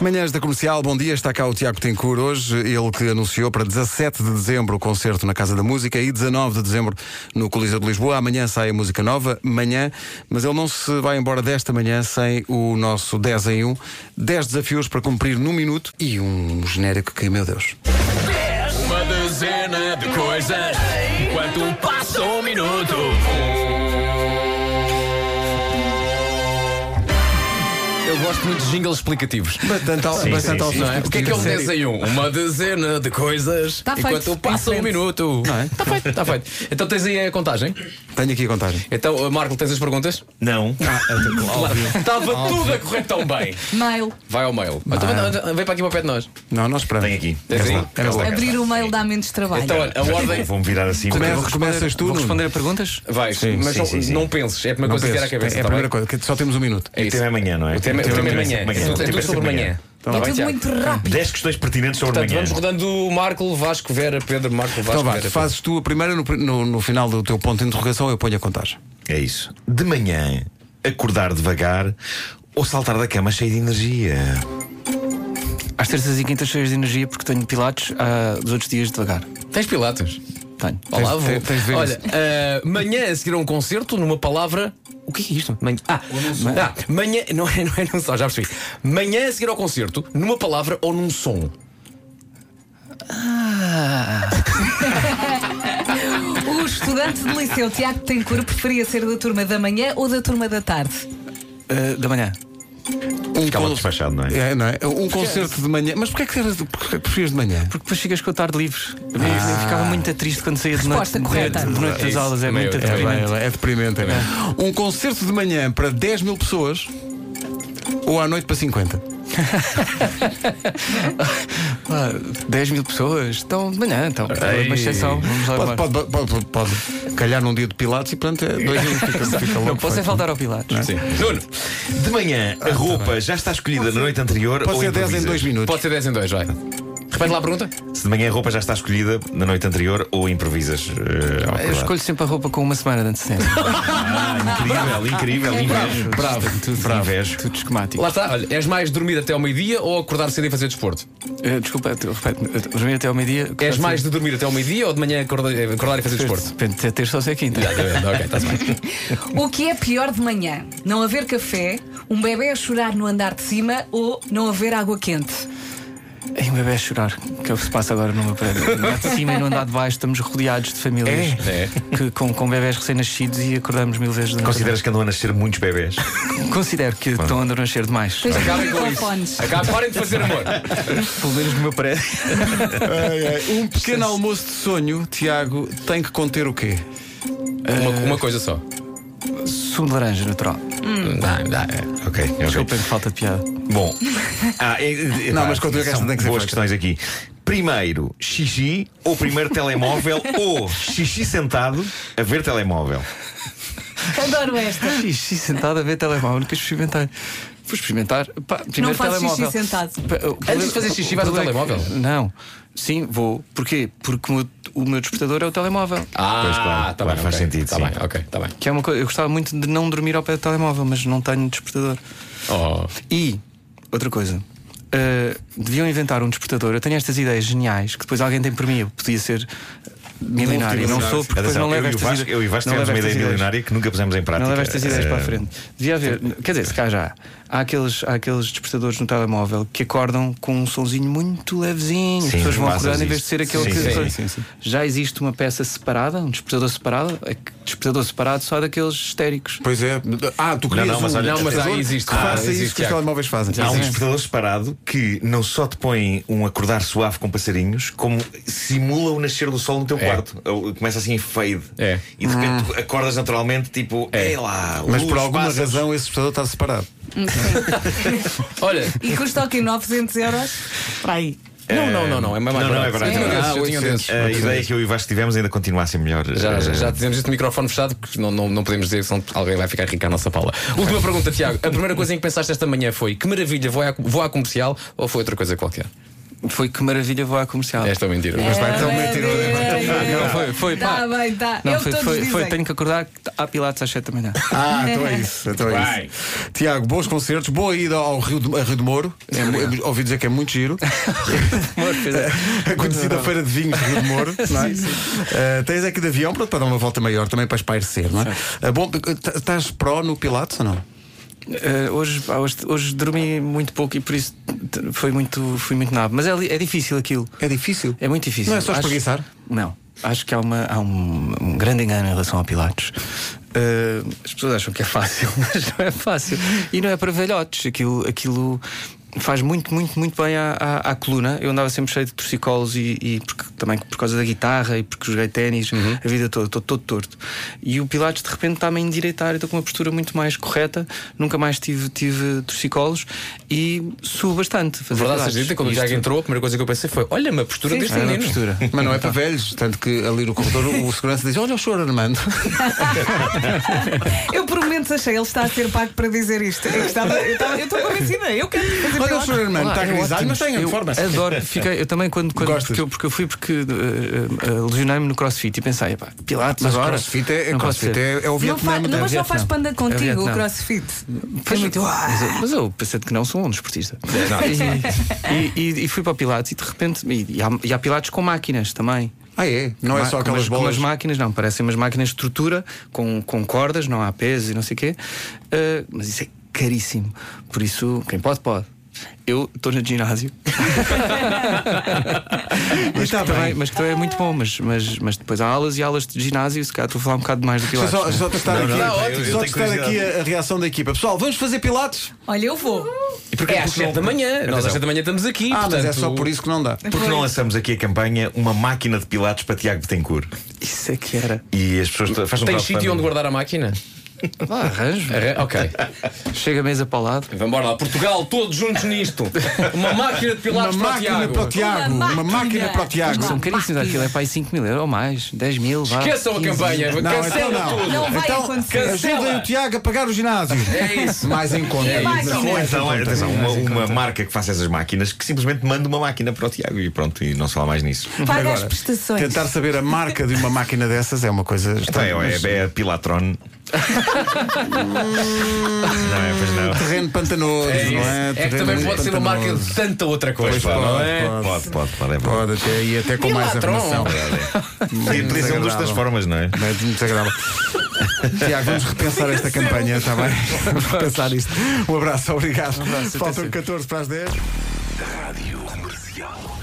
Manhãs da Comercial, bom dia. Está cá o Tiago Tencour hoje. Ele que anunciou para 17 de dezembro o concerto na Casa da Música e 19 de dezembro no Coliseu de Lisboa. Amanhã sai a música nova, manhã. Mas ele não se vai embora desta manhã sem o nosso 10 em 1. 10 desafios para cumprir num minuto e um genérico que, meu Deus. Uma dezena de coisas Enquanto passa um minuto Eu gosto muito de jingles explicativos. Bastante alto, bastante alto, não é? O que é que é um 10 em 1? Uma dezena de coisas Tá feito. enquanto passa um Diferente. minuto. Não é? Está feito, está feito. Então tens aí a contagem. Tenho aqui a contagem. Então, Marco, tens as perguntas? Não. Estava tudo a correr tão bem. Mail. Vai ao mail. Então, vem- vem para aqui para o pé de nós. Não, nós esperamos. Tem aqui. Tem Era aqui? lá, era lá. Tem cá Abrir está. o mail dá menos trabalho. Então, olha, a ordem. Vão virar assim. Começa- começas tu, Vou Nuno. responder a perguntas? Vais, mas sim, não, sim, sim. não penses. É a primeira Não coisa que vier à penses. cabeça. É a tá primeira bem? coisa, que só temos um minuto. É O isso. tema é amanhã, não é? O tema o tema é amanhã. Amanhã. É tudo- é tudo Tem que ser sobre amanhã. Tá Então é bem, tudo Tiago? muito rápido. 10 questões pertinentes sobre Portanto, amanhã. vamos rodando Marco, Vasco, Vera, Pedro, Marco, Vasco, Então vá, Vera, fazes tu a primeira, no, no- no final do teu ponto de interrogação eu ponho a contagem. É isso. De manhã, acordar devagar ou saltar da cama cheio de energia. Às terças e quintas cheias de energia porque tenho pilates ah, dos outros dias devagar. Pedro. Tens Pilatos? Tenho. Tens- Olá, vou. tens- tens de ver Olha, isso. ah, manhã a seguir a um concerto, numa palavra. O que é que é isto? Manhã. Ah, ah, manhã. Não é, não é, não só, já percebi. Manhã a seguir ao concerto, numa palavra ou num som. O estudante de liceu Tiago Tencourt preferia ser da turma da manhã ou da turma da tarde? Ah, da manhã. Um Ficava con- despachado, não é? É, não é? Um concerto de manhã. Mas porquê é que eras- porquê é que preferias de manhã? Porque depois chegas com a tarde livre. Eu ficava muito triste quando saía de noite, Resposta de noite, correta. de noite Ah. É das isso. aulas. É Também muito eu- também deprimente. é deprimente, é mesmo. Um concerto de manhã para 10 mil pessoas ou à noite para 50? Ah, 10 mil pessoas. Então, de manhã, então. É Uma exceção. Vamos lá. Pode, embora. pode, pode, pode- pode calhar num dia de Pilates e portanto é dois mil fica, fica logo Não posso é feito. faltar ao Pilates. Sim. Nuno, De manhã, a roupa já está escolhida na noite anterior Pode ou ser 10 em improvisas? 2 minutos. pode ser 10 em 2, vai. Repete lá a pergunta? Se de manhã a roupa já está escolhida na noite anterior ou improvisas. eh, ao Eu acordar? escolho sempre a roupa com uma semana de antecedência. Ah, incrível, incrível, invejo. Bravo. Tudo, bravo. Invejo. Tudo esquemático. Lá está, olha, és mais dormir até ao meio-dia ou acordar cedo e fazer desporto? Ah, desculpa, tu- repete, dormir até ao meio-dia. Assim. És mais de dormir até ao meio-dia ou de manhã acorda- acordar, e fazer desporto? Depende de ter só se é quinta. Exatamente, ok, está bem. O que é pior de manhã? Não haver café, um bebê a chorar no andar de cima ou não haver água quente? Ai, um bebê a chorar, que é o que se passa agora no meu prédio. No andar de cima e no andar de baixo estamos rodeados de famílias É? Que, com, com bebés recém-nascidos e acordamos mil vezes da noite. Consideras que andam a nascer muitos bebés? Considero que estão a nascer demais. Tens que Acabem ter com isso. microfones. Acabem, parem de fazer amor. Pelo menos no meu prédio. Um pequeno almoço de sonho, Tiago, tem que conter o quê? Uma, uma coisa só. Sumo de laranja natural. Dá, dá. ok, ok. Desculpem, falta de piada. Bom, ah, é, é, Não, pá, mas continua que esta são tem que ser boas feita. questões aqui. Primeiro, xixi ou primeiro telemóvel ou xixi sentado a ver telemóvel. Adoro esta. Xixi sentado a ver telemóvel, nunca experimentei. Vou experimentar. Pá, primeiro Não fazes telemóvel. xixi sentado? Pa- o problema- de fazer xixi, vais ao o problema é que- telemóvel? Não. Sim, vou. Porquê? Porque o meu, o meu despertador é o telemóvel. Ah, Pois, claro, tá claro, bem, faz ok. sentido, Tá sim. bem, ok, tá bem. Que é uma coisa. Eu gostava muito de não dormir ao pé do telemóvel, mas não tenho despertador. Oh. E outra coisa. uh, deviam inventar um despertador. Eu tenho estas ideias geniais que depois alguém tem por mim. Eu podia ser milionário. Não sou, porque depois Ah, é Atenção, não levo eu, e o estas Vasco, ideias. eu e o Vasco não tivemos levo uma estas ideia ideias. milionária que nunca pusemos em prática. Não leva estas ideias Eh, para a frente. Devia haver, quer dizer, se cá já há aqueles, há aqueles despertadores no telemóvel que acordam com um sonzinho muito levezinho. As Sim, pessoas vão passas acordando em vez isso. de ser aquele Sim, que. sim, só- sim, Já existe uma peça separada, um despertador separado, é que despertador separado só daqueles histéricos. Pois é. Ah, tu querias não, mas um olha, não, mas despertador aí existe, Que ah, faça existe, isso que os Tiago. telemóveis fazem. Há um Exatamente. despertador separado que não só te põe um acordar suave com passarinhos, como simula o nascer do sol no É. teu quarto. Ou Começa assim em fade. É. E de Ah. repente tu acordas naturalmente, tipo, é lá. Mas luz, por alguma pássaros. razão esse despertador está separado. Olha. E custa aqui 900 euros? Para aí. Não, não, não, não. É mais não, não, é barato. barato. Eu tinha desses, eu tinha É barato. Ah, desses. A ideia que eu e o Vasco tivemos ainda continua a ser melhor. Já, já, Eh, já dizemos este microfone fechado, porque não, não, não podemos dizer, senão alguém vai ficar rico à nossa Paula. Última pergunta, Tiago. A primeira coisa em que pensaste esta manhã foi: que maravilha, vou à, vou à comercial ou foi outra coisa qualquer? Foi que maravilha, vou à comercial. Esta é uma mentira. um Mas vai tão mentiroso. vai tão Não, foi, foi, Tá pá. bem, tá. Não, É o que foi, todos foi, dizem. foi, tenho que acordar, que há pilates às 7 da manhã. Ah, então é isso. Então é Vai. isso. Tiago, bons concertos, boa ida ao Rio de, a Rio de Moro. É, eu ouvi dizer que é muito giro. Amor, fez é. a- A conhecida feira de vinhos de Rio de Moro. Não é? Eh, tens aqui de avião pronto, para dar uma volta maior, também para espairecer, não é? Eh, bom, eh, t- estás pró no Pilates ou não? Eh, hoje, pá, hoje, hoje dormi muito pouco e por isso t- foi muito, fui muito nabo. Mas é, li- é difícil aquilo. É difícil. É muito difícil. Não é só Acho- espreguiçar? Não. Acho que há, uma, há um, um grande engano em relação ao Pilates. Eh, as pessoas acham que é fácil, mas não é fácil. E não é para velhotes. Aquilo, aquilo faz muito, muito, muito bem à, à- à coluna. Eu andava sempre cheio de torcicolos e, e porque- também por causa da guitarra e porque joguei ténis Uhum. a vida toda, estou todo torto. E o Pilates de repente está-me a endireitar. Eu Estou com uma postura muito mais correta. Nunca mais tive, tive torcicolos e subo bastante. a fazer Verdade Pilates. seja dita, quando o Isto- Tiago entrou, a primeira coisa que eu pensei foi: olha-me a postura deste Ah, é uma menino. postura. Mas não é para velhos, tanto que ali no corredor o o segurança diz: Olha o senhor Armando. Eu por momentos achei, ele está a ser pago para dizer isto. Eu estava- eu estava- eu estou convencida, eu quero fazer Olha o pilates. senhor Armando, Olá, está é grisalho, ótimo. mas tem eu forma. Adoro, fiquei, eu também quando, quando Gostas? porque, eu, porque eu fui porque eh, eh, eh, lesionei-me no crossfit e pensei, epá, Pilates Mas agora. crossfit é, não posso crossfit ser. é, é o Não, Vietnã. fa- não não, é? mas só faz panda É o contigo o Vietnã. crossfit. Foi muito- mas, eu, mas eu, pensando que não sou um desportista. E, e- e fui para o Pilates e de repente. E, e há, e há Pilates com máquinas também. Ah, é? Não é Ma- só com aquelas umas- Com bolas. umas máquinas, não, parecem umas máquinas de tortura com, com cordas, não há peso e não sei o quê. Eh, mas isso é caríssimo. Por isso, quem pode, pode. Eu estou no ginásio. tá mas, que também, bem. mas que também é muito bom. Mas, mas, mas depois há aulas e aulas de ginásio. Se calhar estou a falar um bocado mais do que eu Deixa acho. Só, só né? testar Não, aqui, não, não, só eu- eu tenho testar aqui a, a reação da equipa. Pessoal, vamos fazer Pilates? Olha, eu vou. E porque é às 7 da manhã. Nós às 7 da manhã estamos aqui. Ah, mas é portanto- só por isso que não dá. Porque não lançamos aqui a campanha Uma máquina de Pilates para Tiago Betancourt? Isso é que era. E as pessoas fazem Tem um crowdfunding. sítio onde guardar a máquina? Vá, arranjo. Arra- Ok. Chega a mesa para o lado. Vamos lá. Portugal, todos juntos nisto. Uma máquina de Uma pilates para o máquina Tiago. para o Tiago. Uma Uma máquina máquina. para o Tiago. Uma São caríssimos máquina. aquilo, é para aí 5 mil euros ou mais, 10 mil, vá. Esqueçam a 15. campanha. Não, então Cancela não. tudo. Não vai então, acontecer. ajudem Cancela. o Tiago a pagar o ginásio. É isso. Mais em conta. E a máquina? Ou então, atenção, uma, uma marca que faça essas máquinas que simplesmente manda uma máquina para o Tiago e pronto, e não se fala mais nisso. Paga as Agora, prestações. Tentar saber a marca de uma máquina dessas é uma coisa Então, estranha. é, mas é, é a Pilatron. não é, pois não. Terreno pantanoso, É, não isso. é? é que Terreno também pode pantanoso. ser uma marca de tanta outra coisa. Pois pode, não pode, é? pode, pode, pode, é verdade. Pode até, e até com mais Pilatron. armação. E a utilização dos transformas, não é? Mas muito desagradável. Tiago, vamos repensar esta campanha, está bem? Vamos repensar isto. Um abraço, obrigado. Faltam 14 para as 10. Rádio Comercial.